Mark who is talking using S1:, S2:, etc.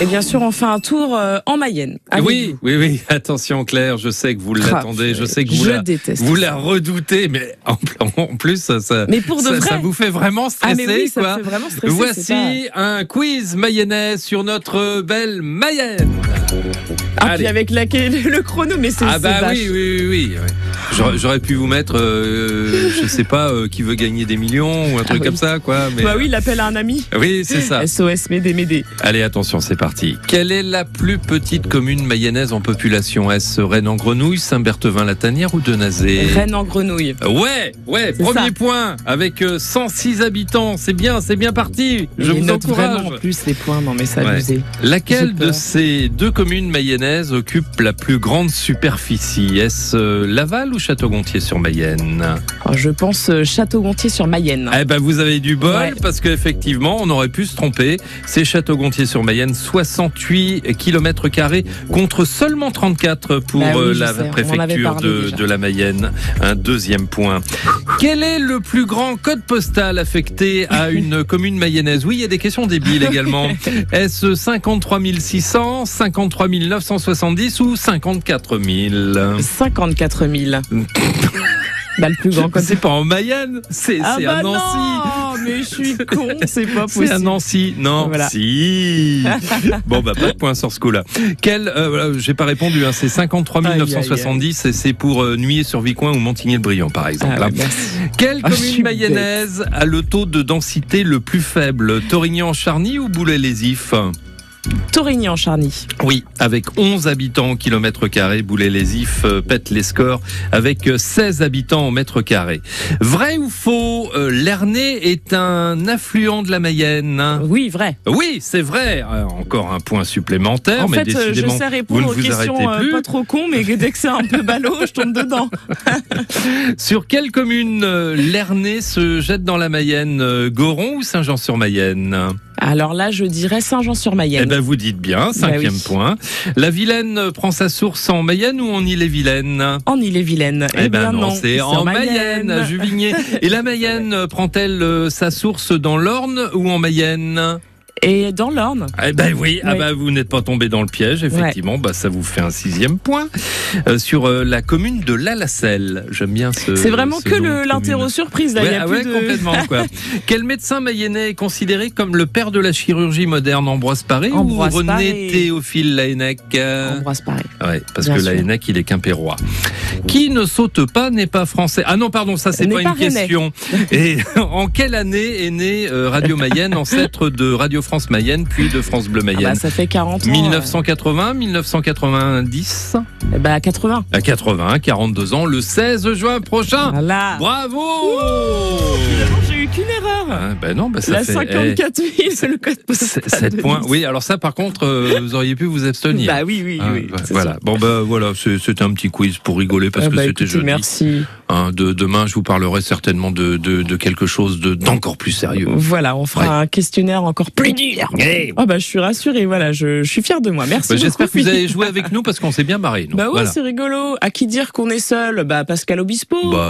S1: Et bien sûr, on fait un tour euh, en Mayenne. avec
S2: oui,
S1: vous.
S2: oui, oui. Attention, Claire. Je sais que vous
S1: Grave.
S2: l'attendez. Je sais que vous
S1: Ah, Je
S2: la,
S1: déteste
S2: vous
S1: ça.
S2: la redoutez. Mais en, en plus, ça, ça,
S1: Mais pour de
S2: ça-
S1: vrai.
S2: ça vous fait vraiment stresser,
S1: ah mais oui, ça
S2: quoi.
S1: me fait vraiment stresser. c'est
S2: Voici un quiz mayennais sur notre belle Mayenne.
S1: pas- Ah
S2: Allez.
S1: puis avec laquelle le chrono, mais c'est
S2: Ah
S1: c'est
S2: bah
S1: vache.
S2: oui, oui, oui, oui. ouais. J'aurais- J'aurais pu vous mettre, euh, je sais pas, euh, qui veut gagner des millions ou un truc
S1: oui.
S2: comme ça, quoi. Mais
S1: Bah oui, l'appel à un ami.
S2: oui, c'est ça.
S1: SOS Médé Médé.
S2: Allez, attention, c'est parti. Quelle est la plus petite commune mayonnaise en population Est-ce Rennes-en-Grenouille, Saint-Berthevin-la-Tanière ou Denazé
S1: Reine en grenouille.
S2: Ouais, ouais,
S1: C'est
S2: premier
S1: ça.
S2: point avec euh, 106 habitants, c'est bien, c'est bien parti. Je
S1: Il
S2: vous
S1: note
S2: encourage.
S1: vraiment en plus les points, non mais ça
S2: Ouais.
S1: abusé.
S2: Laquelle
S1: J'ai peur.
S2: de ces deux communes mayennaises occupe la plus grande superficie Est-ce euh, Laval ou Château-Gontier sur Mayenne
S1: Alors, je pense euh, Château-Gontier sur Mayenne.
S2: Eh ben vous avez du bol
S1: Hein. Ouais.
S2: parce qu'effectivement on aurait pu se tromper. C'est Château-Gontier sur Mayenne, 68 km carrés contre seulement 34 pour
S1: Bah oui,
S2: euh,
S1: je
S2: la
S1: sais, on en avait
S2: préfecture
S1: parlé
S2: de,
S1: déjà.
S2: de la Mayenne. Un deuxième point. Quel est le plus grand code postal affecté à une commune mayonnaise Oui, il y a des questions débiles également. Est-ce 53 600, 53 970 ou 54 000
S1: 54 000. bah le plus grand code.
S2: C'est pas en Mayenne, c'est
S1: Ah
S2: c'est
S1: bah
S2: à Nancy.
S1: non, mais je suis con, c'est pas
S2: C'est à
S1: possible.
S2: Nancy, non
S1: Voilà.
S2: Si. Bon bah pas de point sur ce coup-là. Quel euh, voilà, j'ai pas répondu hein, c'est 53 970 et c'est pour euh, Nuit sur Vicoin ou Montigny-le-Brillant par exemple.
S1: Ah
S2: hein.
S1: ouais, merci.
S2: Quelle
S1: Ah, je
S2: commune
S1: suis
S2: mayonnaise a le taux de densité le plus faible Torignan-Charny ou Boulay-les-Ifs
S1: Torignan-Charny.
S2: Oui, avec 11 habitants au kilomètre carré, Boulay-les-Ifs euh, pète les scores avec euh, 16 habitants au mètre carré. Vrai ou faux, euh, l'Ernay est un affluent de la Mayenne hein?
S1: Oui, vrai.
S2: Oui, c'est vrai. Euh, Encore un point supplémentaire,
S1: En
S2: Ah, mais
S1: fait, euh, je
S2: décidément.
S1: sais
S2: vous ne
S1: répondre aux
S2: vous
S1: questions
S2: arrêtez
S1: euh,
S2: plus.
S1: pas trop con, mais dès que c'est un peu ballot, je tombe dedans.
S2: Sur quelle commune euh, l'Ernay se jette dans la Mayenne euh, Goron ou Saint-Jean-sur-Mayenne
S1: Alors là, je dirais
S2: Eh
S1: Saint-Jean-sur-Mayenne.
S2: ben, vous dites bien. Cinquième
S1: oui.
S2: point. La Vilaine euh, prend sa source en Mayenne ou en Ille-et-Vilaine
S1: en Ille-et-Vilaine.
S2: eh ben non, c'est en Mayenne, à Juvigné. Et la Mayenne euh, prend-elle euh, sa source dans l'Orne ou en Mayenne
S1: Et dans l'Orne.
S2: Eh ben oui, ah
S1: Ouais.
S2: bah vous n'êtes pas tombé dans le piège, effectivement, bah ça vous fait un sixième point Euh, sur euh, la commune de Lalacelle. J'aime bien ce.
S1: C'est vraiment
S2: ce
S1: que
S2: nom de
S1: le-
S2: Euh, commune.
S1: l'interro-surprise, là.
S2: Ouais,
S1: il y a
S2: ah
S1: plus
S2: ouais,
S1: de...
S2: complètement quoi. Quel médecin mayennais est considéré comme le père de la chirurgie moderne, Ambroise Paré
S1: Ambroise
S2: ou René
S1: Paré.
S2: Théophile Laennec euh,
S1: Ambroise Paré. Ah
S2: Ouais, parce
S1: Bien
S2: que
S1: sûr.
S2: Laennec il est quimpérois. Qui ne saute pas n'est pas français. Ah non, pardon, ça c'est
S1: N'est
S2: pas,
S1: pas
S2: une
S1: rennais.
S2: question. Et en quelle année est née euh, Radio Mayenne, ancêtre de Radio France Mayenne, puis de France Bleu
S1: Ah bah,
S2: Mayenne
S1: ça fait 40 ans.
S2: 1980, 1990,
S1: euh, eh Bah, 80.
S2: à 80, 42 ans, le 16 juin prochain.
S1: Voilà.
S2: Bravo
S1: J'ai eu qu'une erreur.
S2: Ah, Ben non, ben ça
S1: la
S2: fait
S1: 54 000, c'est le code
S2: eh,
S1: postal.
S2: sept- sept
S1: de
S2: points.
S1: Nice.
S2: Oui, alors ça, par contre, euh, vous auriez pu vous abstenir.
S1: Bah oui, oui,
S2: Hein,
S1: oui.
S2: bah,
S1: c'est
S2: voilà.
S1: ça.
S2: Bon ben voilà, c'est- c'était un petit quiz pour rigoler parce
S1: Ah
S2: que
S1: bah,
S2: c'était
S1: écoutez,
S2: jeudi.
S1: Merci.
S2: Hein, de, demain, je vous parlerai certainement de, de, de quelque chose de d'encore plus sérieux.
S1: Voilà, on fera
S2: Ouais.
S1: un questionnaire encore plus dur.
S2: Eh,
S1: Ah bah je suis rassurée, voilà, je, je suis fière de moi. Merci.
S2: bah, J'espère
S1: beaucoup,
S2: que vous
S1: Philippe.
S2: avez joué avec nous parce qu'on s'est bien marré. nous.
S1: Bah ouais,
S2: Voilà.
S1: c'est rigolo. À qui dire qu'on est seul Bah Pascal Obispo.
S2: Bah,